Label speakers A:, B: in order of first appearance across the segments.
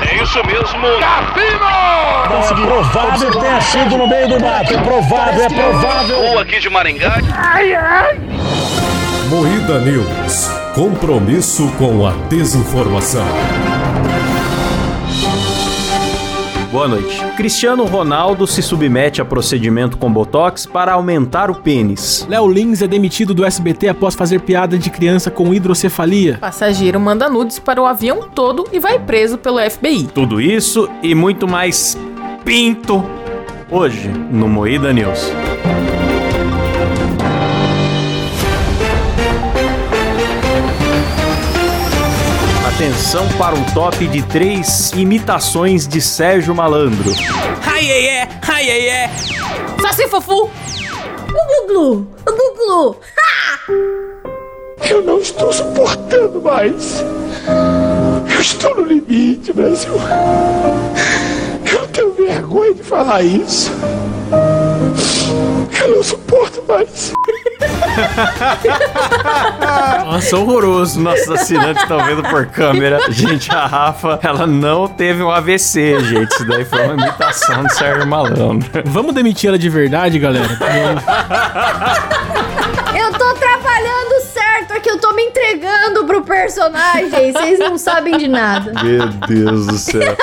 A: É isso mesmo, Cassino!
B: Consegui. Provável que tenha sido no meio do mato. É provável, é provável.
A: Ou aqui de Maringá.
C: Moída News. Compromisso com a desinformação.
D: Boa noite. Cristiano Ronaldo se submete a procedimento com botox para aumentar o pênis.
E: Léo Lins é demitido do SBT após fazer piada de criança com hidrocefalia.
F: Passageiro manda nudes para o avião todo e vai preso pelo FBI.
D: Tudo isso e muito mais pinto hoje no Moída News. Atenção para um top de três imitações de Sérgio Malandro.
G: Ai, ai, é, ai, ai, é.
F: Saci Fufu,
H: O Guglu! O Guglu!
I: Eu não estou suportando mais. Eu estou no limite, Brasil. Eu tenho vergonha de falar isso. Eu não suporto mais.
E: Nossa, horroroso.
D: Os nossos assinantes estão vendo por câmera. Gente, a Rafa, ela não teve um AVC, gente. Isso daí foi uma imitação de Sérgio Malandro.
E: Vamos demitir ela de verdade, galera?
H: Eu tô trabalhando certo aqui, eu tô me entregando pro personagem. Vocês não sabem de nada.
D: Meu Deus do céu.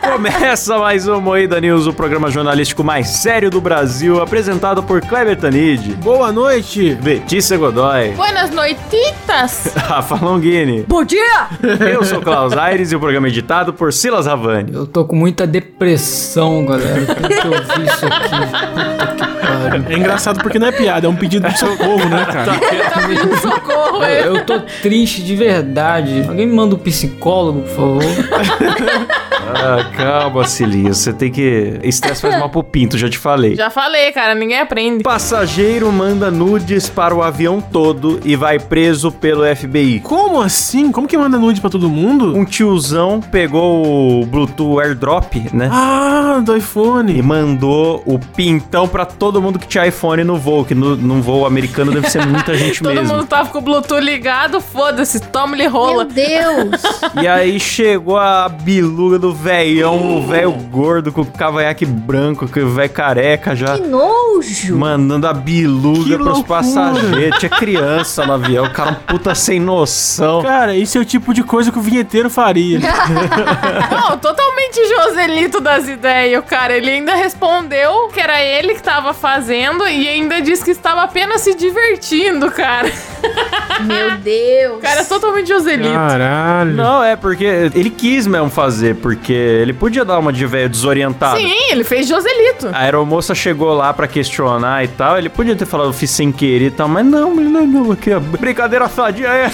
D: Começa mais um Moída News, o programa jornalístico mais sério do Brasil, apresentado por Kleber Tanid,
E: Boa noite.
D: Letícia Godoy,
F: buenas noititas.
D: Rafa Longini.
F: Bom dia!
D: Eu sou Klaus Aires e o programa é editado por Silas Ravani.
G: Eu tô com muita depressão, galera. Tem que ouvir isso aqui. Puta que pariu.
E: É engraçado porque não é piada, é um pedido de socorro, né, cara?
F: Tá pedindo socorro,
G: Eu-
F: eu.
G: Eu tô triste de verdade. Alguém me manda um psicólogo, por favor.
D: Ah, calma, Silinho. Você tem que. Estresse faz mal pro pinto, já te falei.
F: Já falei, cara, ninguém aprende.
D: Passageiro manda nudes para o avião todo e vai preso pelo FBI.
E: Como assim? Como que manda nude pra todo mundo?
D: Um tiozão pegou o Bluetooth airdrop, né?
E: Ah, do
D: E
E: iPhone.
D: mandou o pintão pra todo mundo que tinha iPhone no voo, que no, num voo americano deve ser muita gente
F: Todo
D: mesmo.
F: mundo tava com o Bluetooth ligado, foda-se, toma-lhe
H: Meu
F: rola.
H: Deus!
D: E aí chegou a biluga do velhão, o velho gordo com o cavanhaque branco, que o velho careca já.
H: Que nojo!
D: Mandando a biluga
E: Que
D: pros
E: loucura.
D: passageiros. Tinha criança no avião, o cara um puta sem noção.
E: Cara, esse é o tipo de coisa que o vinheteiro faria.
F: Não, totalmente Joselito das ideias, o cara. Ele ainda respondeu que era ele que tava fazendo e ainda disse que estava apenas se divertindo, cara.
H: Meu Deus!
F: O cara é totalmente Joselito.
G: Ah,
E: Caralho.
D: Não, é porque ele quis mesmo fazer, porque ele podia dar uma de velho
G: tá.
D: desorientado.
F: Sim, ele fez Joselito.
D: A aeromoça chegou lá pra questionar e tal. Ele podia ter falado, fiz sem querer e tal, mas não, mas não, não, aqui, ó, brincadeira sadia é.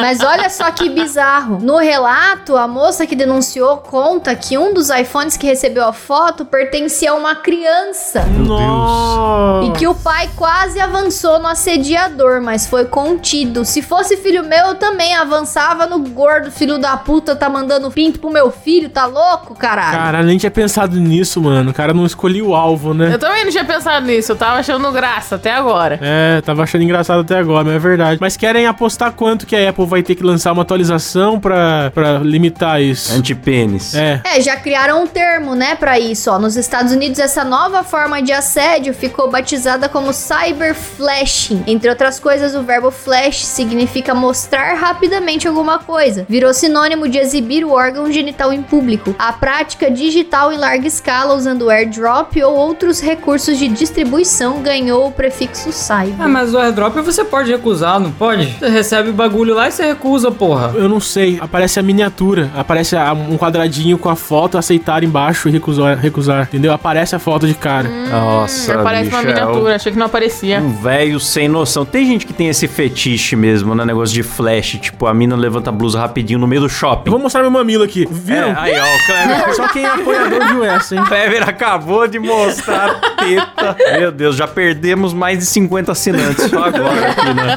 H: Mas olha só que bizarro. No relato, a moça que denunciou conta que um dos iPhones que recebeu a foto pertencia a uma criança.
E: Nossa.
H: E que o pai quase avançou no assediador, mas foi contido. Se fosse filho meu, eu também avançava no gordo, filho da puta, tá mandando pinto pro meu filho, tá louco, caralho?
E: Caralho, nem tinha pensado nisso, mano. O cara não escolheu o alvo, né?
F: Eu também não tinha pensado nisso, eu tava achando graça até agora.
E: É, tava achando engraçado até agora, mas é verdade. Mas querem apostar quanto que a Apple vai ter que lançar uma atualização pra, pra limitar isso?
D: Antipênis.
E: É.
H: É, já criaram um termo, né, pra isso, ó. Nos Estados Unidos, essa nova forma de assédio ficou batizada como cyberflashing. Entre outras coisas, o verbo flash significa mostrar rapidamente alguma coisa. Virou sinônimo de exibir o órgão genital em público. A prática digital em larga escala usando airdrop ou outros recursos de distribuição ganhou o prefixo cyber.
G: Ah, mas o airdrop você pode recusar, não pode? Você recebe o bagulho lá e você recusa, porra.
E: Eu não sei, aparece a miniatura, aparece a- um quadradinho com a foto, aceitar embaixo e recusar, recusar, entendeu? Aparece a foto de cara.
D: Hum. Nossa,
F: Aparece uma
D: bicho, é
F: miniatura, achei que não aparecia.
D: Um velho sem noção. Tem gente que tem esse fetiche mesmo, né? Negócio de flash. Tipo, a mina levanta a blusa rapidinho no meio do shopping.
E: Eu vou mostrar meu mamilo aqui. Viram?
D: É, aí, ó, o Kleber.
E: Só quem é apoiador viu essa, hein?
D: O Kleber acabou de mostrar a teta. Meu Deus, já perdemos mais de 50 assinantes só agora aqui, né?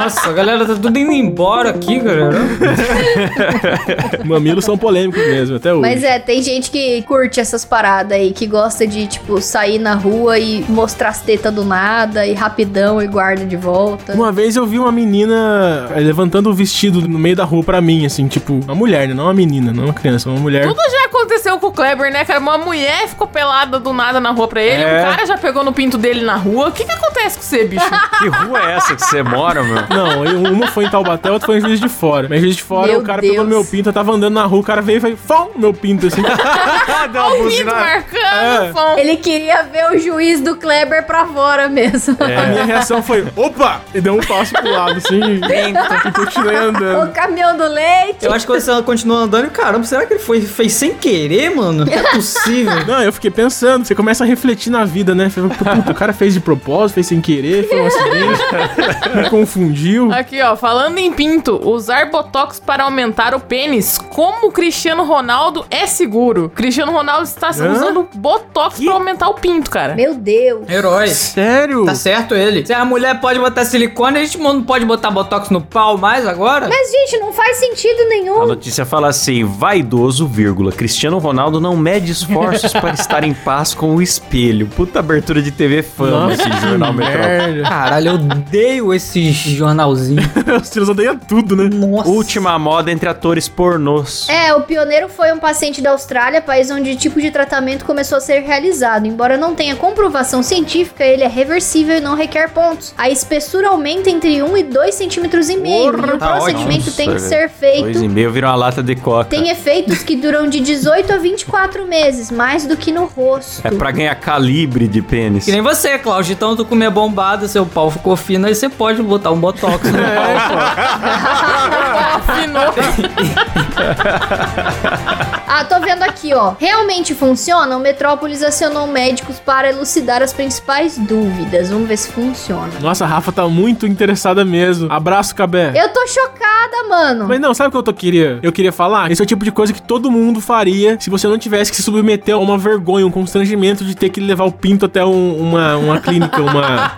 G: Nossa, a galera tá tudo indo embora aqui, galera.
E: Mamilos são polêmicos mesmo, até hoje.
H: Mas é, tem gente que curte essas paradas aí, que gosta de, tipo, sair na rua e mostrar as tetas do nada e rapidão e guarda de volta.
E: Uma vez eu vi uma menina eh, levantando o vestido no meio da rua pra mim, assim, tipo, uma mulher, né? Não uma menina, não uma criança, uma mulher.
F: Tudo já aconteceu com o Kleber, né, cara? Uma mulher ficou pelada do nada na rua pra ele,
D: É.
F: um cara já pegou no pinto dele na rua. O que que acontece com você, bicho?
D: Que rua é essa que você mora, meu?
E: Não, eu- uma foi em Taubaté, outra foi em Juiz de Fora. Mas em Juiz de Fora,
H: Meu
E: o cara
H: Deus.
E: pegou no meu pinto, eu tava andando na rua, o cara veio e foi, fom, meu pinto, assim.
D: Deu
F: Olha
D: uma
F: o pinto
D: buzinada.
F: marcando,
E: É.
F: fom.
H: Ele queria ver o juiz do Kleber pra fora mesmo.
E: A minha reação foi, opa! E deu um passo pro lado, assim,
D: tá
E: e continuei
H: o
D: É.
E: andando.
H: caminhão do leite.
G: Eu acho que quando você continua andando, eu, caramba, será que ele foi, fez sem querer, mano? Não é possível.
E: Não, eu fiquei pensando, você começa a refletir na vida, né? Falei, Puta, o cara fez de propósito, fez sem querer, foi um acidente, me confundiu.
F: Aqui, ó, falando em pinto, usar botox para aumentar o pênis, como o Cristiano Ronaldo é seguro? O Cristiano Ronaldo está
E: Hã?
F: usando botox para aumentar o pinto, cara.
H: Meu Deus.
G: Herói.
E: Sério?
G: Tá certo ele. Se a mulher pode botar silicone, a gente não pode botar botox no pau mais agora?
H: Mas, gente, não faz sentido
D: A
H: nenhum.
D: notícia fala assim: vaidoso, vírgula. Cristiano Ronaldo não mede esforços para estar em paz com o espelho. Puta abertura de TV fama esse jornal metrô.
E: merda.
G: Caralho, eu odeio esses jornalzinhos.
E: Os tiros odeiam tudo, né?
G: Nossa.
D: Última moda entre atores pornôs.
H: É, o pioneiro foi um paciente da Austrália, país onde o tipo de tratamento começou a ser realizado. Embora não tenha comprovação científica, ele é reversível e não requer pontos. A espessura aumenta entre 1 e 2 centímetros e meio. E o
G: tá
H: procedimento
D: ótimo.
H: tem que
D: Nossa,
H: ser
D: Dois e
H: feito.
D: meio viram uma lata de coca.
H: Tem efeitos que duram de 18 a 24 meses, mais do que no rosto.
D: É pra ganhar calibre de pênis.
G: Que nem você, Cláudio. Então tu comer bombada, seu pau ficou fino, aí você pode botar um botox no pau.
F: Afinou.
H: Ah, tô vendo aqui, ó. Realmente funciona? O Metrópolis acionou médicos para elucidar as principais dúvidas. Vamos ver se funciona.
E: Nossa, a Rafa tá muito interessada mesmo. Abraço, Cabé.
D: É.
H: Eu tô chocada, mano.
E: Mas não, sabe o que eu tô queria? Eu queria falar? Esse é o tipo de coisa que todo mundo faria se você não tivesse que se submeter a uma vergonha, um constrangimento de ter que levar o pinto até um- uma, uma clínica, uma,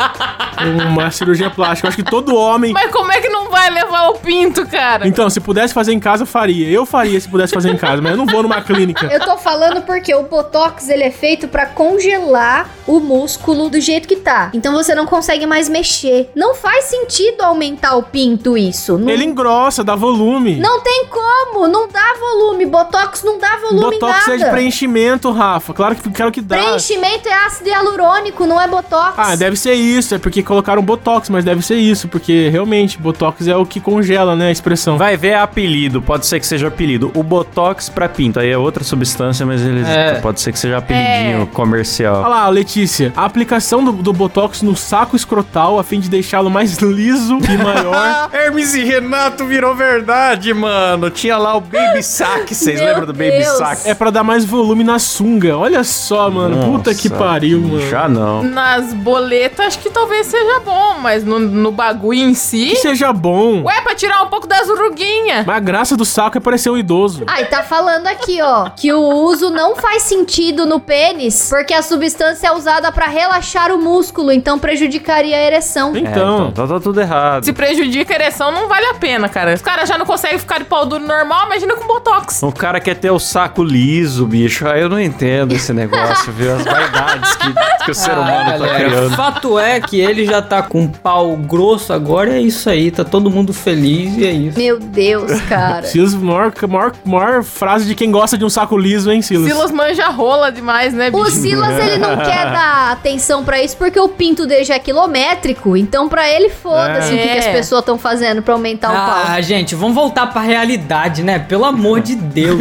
E: uma cirurgia plástica. Eu acho que todo homem.
F: Mas como é que não vai levar o pinto, cara?
E: Então, se pudesse fazer em casa, eu faria. Eu faria se pudesse fazer em casa, mas eu não vou numa clínica.
H: Eu tô falando porque o Botox, ele é feito pra congelar o músculo do jeito que tá. Então você não consegue mais mexer. Não faz sentido aumentar o pinto isso. Não,
E: Ele engrossa, dá volume.
H: não tem como. Não dá volume. Botox não dá volume em
E: Botox
H: nada.
E: é de preenchimento, Rafa. Claro que quero que dá.
H: Preenchimento é ácido hialurônico, não é Botox.
E: Ah, deve ser isso. É porque colocaram Botox, mas deve ser isso. Porque realmente, Botox é o que congela, né? A expressão.
D: Vai ver apelido, pode ser que seja apelido. O Botox pra pinto, aí é outra substância, mas eles
G: É.
D: pode ser que seja apelidinho comercial.
E: Olha lá, Letícia. A aplicação do, do Botox no saco escrotal a fim de deixá-lo mais liso e maior.
D: Hermes e Renato virou verdade, mano. Tinha lá o Baby Sack, vocês
H: Meu
D: lembram do Baby
H: Deus.
D: Sack?
E: é pra dar mais volume na sunga. Olha só, mano. Puta que pariu, mano.
D: Já não.
F: Nas boletas, acho que talvez seja bom, mas no, no bagulho em si.
E: Que seja bom.
F: Ué, pra tirar um pouco das ruguinhas.
E: Mas a graça do saco é parecer um idoso.
H: Ah, e tá falando aqui, ó, que o uso não faz sentido no pênis, porque a substância é usada pra relaxar o músculo, então prejudicaria a ereção.
D: É,
E: Então,
D: tá, tá tudo errado.
F: Se prejudica a ereção, não vale a pena, cara. Os caras já não conseguem ficar de pau duro normal, imagina com botox.
D: O cara quer ter o saco liso, bicho. Aí eu não entendo esse negócio, viu? As vaidades que, que o ser
G: Ah,
D: humano tá
G: galera,
D: criando.
G: Fato é que ele já tá com um pau grosso agora, e é isso aí. Tá todo mundo feliz e é isso.
H: Meu Deus, cara.
E: Silas, maior, maior, maior frase de quem gosta de um saco liso, hein, Silas?
F: Silas manja rola demais, né, bicho?
H: O Silas, ele não quer dar atenção pra isso porque o pinto dele já é quilométrico. Então, pra ele, foda-se o que,
F: É.
H: que as pessoas estão fazendo pra aumentar o um pau.
G: Ah, gente, vamos voltar pra realidade, né? Pelo amor de Deus.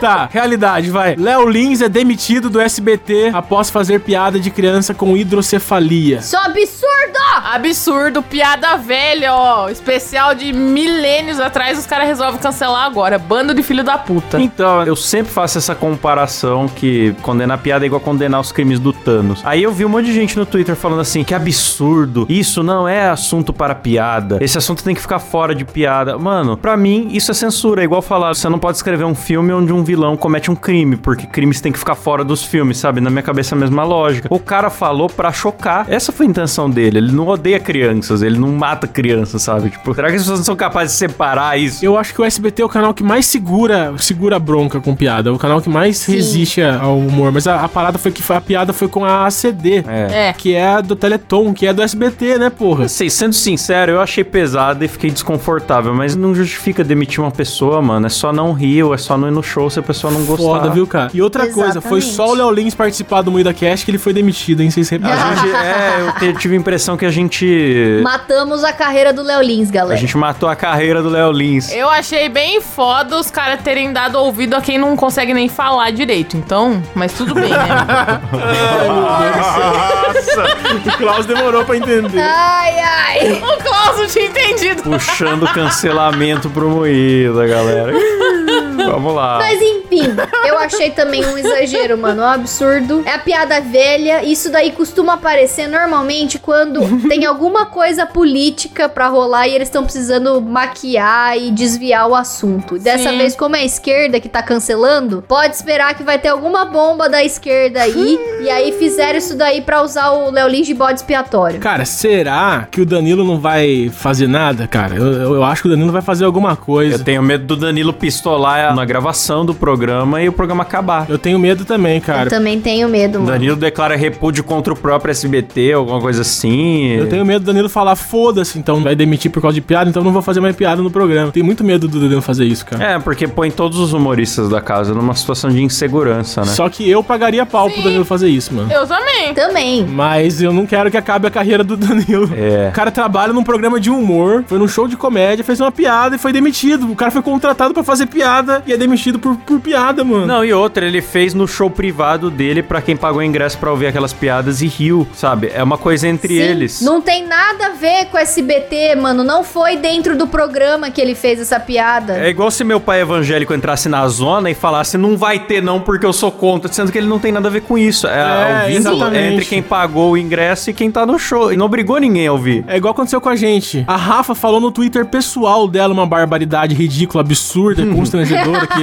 E: Tá, realidade, vai. Léo Lins é demitido do SBT após fazer piada de criança com hidrocefalia.
H: Isso é um absurdo!
F: Absurdo, piada velha, ó. Especial de milênios atrás, os caras resolvem cancelar agora. Bando de filho da puta.
D: Então, eu sempre faço essa comparação que condenar piada é igual condenar os crimes do Thanos. Aí eu vi um monte de gente no Twitter falando assim, que absurdo, isso não é assunto para piada, esse assunto tem que ficar fora de piada. Mano, pra mim, isso é censura, é igual falar, você não pode escrever um filme onde um vilão comete um crime, porque crimes tem que ficar fora dos filmes, sabe? Na minha cabeça é a mesma lógica. O cara falou pra chocar. Essa foi a intenção dele. Ele não odeia crianças, ele não mata crianças, sabe? Tipo, será que as pessoas não são capazes de separar isso?
E: Eu acho que o SBT é o canal que mais segura segura a bronca com piada. É o canal que mais resiste a- ao humor. Mas a, a parada foi que foi- a piada foi com a ACD,
F: É.
E: que é a do Teleton, que é do SBT, né, porra?
D: Assim, sendo sincero, eu achei pesado e fiquei desconfortável, mas não justifica demitir uma pessoa, mano. É só não rir, ou é só não ir no show se a pessoa não gostar.
E: Foda, viu, cara? E outra coisa, foi só o Léo Lins participar do Moída Cast que ele foi demitido, hein? Vocês repararam?
D: A gente- é, eu te- tive a impressão que a gente.
H: Matamos a carreira do Léo Lins,
D: A
H: galera.
D: gente matou a carreira do Léo Lins.
F: Eu achei bem foda os caras terem dado ouvido a quem não consegue nem falar direito. Então, mas tudo bem, né?
E: Nossa, o Klaus demorou pra entender.
H: Ai, ai.
F: o Klaus não tinha entendido.
D: Puxando cancelamento pro Moída, galera. Vamos lá.
H: Mas enfim, eu achei também um exagero, mano. Um absurdo. É a piada velha. Isso daí costuma aparecer normalmente quando tem alguma coisa política pra rolar e eles estão precisando maquiar e desviar o assunto. Dessa
F: Sim.
H: vez, como é a esquerda que tá cancelando, pode esperar que vai ter alguma bomba da esquerda aí. e aí fizeram isso daí pra usar o Léo Lins de bode expiatório.
E: Cara, será que o Danilo não vai fazer nada, cara? Eu, eu- eu acho que o Danilo vai fazer alguma coisa.
D: Eu tenho medo do Danilo pistolar na gravação do programa e o programa acabar.
E: Eu tenho medo também, cara.
H: Eu também tenho medo,
D: O
H: mano.
D: Danilo declara repúdio contra o próprio SBT, alguma coisa assim.
E: Eu tenho medo do Danilo falar, foda-se, então vai demitir por causa de piada, então não vou fazer mais piada no programa. Tenho muito medo do Danilo fazer isso, cara.
D: É, porque põe todos os humoristas da casa numa situação de insegurança, né?
E: Só que eu pagaria pau pro Danilo fazer isso, mano.
F: Eu também.
H: Também.
E: Mas eu não quero que acabe a carreira do Danilo.
D: É.
E: O cara trabalha num programa de humor, foi num show de comédia, fez uma piada e foi demitido. O cara foi contratado pra fazer piada e é demitido por, por piada, mano.
D: Não, e outra, ele fez no show privado dele pra quem pagou ingresso pra ouvir aquelas piadas e riu, sabe? É uma coisa entre
H: Sim,
D: eles.
H: Não é. tem nada a ver com SBT, mano. Não foi dentro do programa que ele fez essa piada.
D: É igual se meu pai evangélico entrasse na zona e falasse não vai ter não porque eu sou contra, sendo que ele não tem nada a ver com isso. É,
E: É,
D: ao vivo
E: exatamente.
D: é entre quem pagou o ingresso e quem tá no show. E não obrigou ninguém a ouvir.
E: É igual aconteceu com a gente. A Rafa falou no Twitter pessoal dela uma barbaridade ridícula, absurda,
D: Hum.
E: constrangedora, que,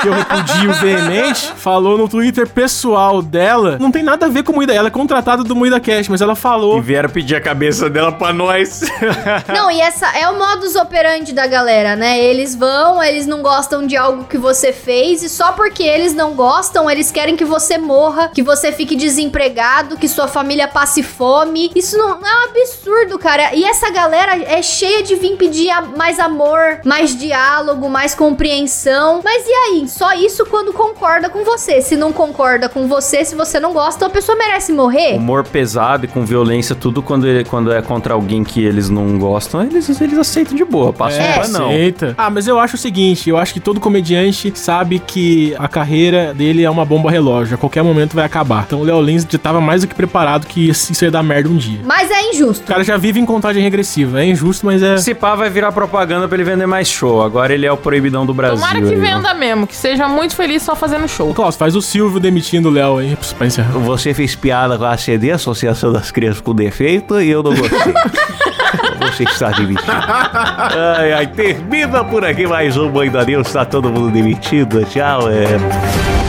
E: que eu repudio veemente. Falou no Twitter pessoal dela. Não tem nada a ver com o Moída. Ela é contratada do Moída Cash, mas ela
D: E
E: falou.
D: vieram pedir a cabeça dela pra nós.
H: Não, e essa é o modus operandi da galera, né? Eles vão, eles não gostam de algo que você fez e só porque eles não gostam, eles querem que você morra, que você fique desempregado, que sua família passe fome. Isso não, não é um absurdo, cara. E essa galera é cheia de vir pedir a- mais amor, mais diálogo, mais compreensão. Mas e aí? Só isso quando concorda com você. Se não concorda com você, se você não gosta, a pessoa merece
F: É.
H: morrer.
D: Humor pesado e com violência, tudo quando, ele- quando é contra alguém que eles não gostam, eles, eles aceitam de boa. Passam
H: É.
D: pra não.
E: Aceita. Ah, mas eu acho o seguinte, eu acho que todo comediante sabe que a carreira dele é uma bomba relógio, a qualquer momento vai acabar. Então o Léo Lins já tava mais do que preparado que isso ia dar merda um dia.
H: Mas é injusto.
E: O cara já vive em contagem regressiva, é injusto, mas é...
D: Se pá, vai virar propaganda pra ele vender mais show. Agora ele é o proibidão do Brasil.
F: Tomara que
D: aí, né?
F: venda mesmo, que seja muito feliz só fazendo show.
E: Ô, Klaus, faz o Silvio demitindo o Léo aí, pra encerrar.
D: Você fez piada com a ACD, Associação das Crianças com Defeito, e eu não gostei. Você está demitido. Ai, Tá ai, termina por aqui mais um Mãe da News. Está todo mundo demitido. Tchau. É...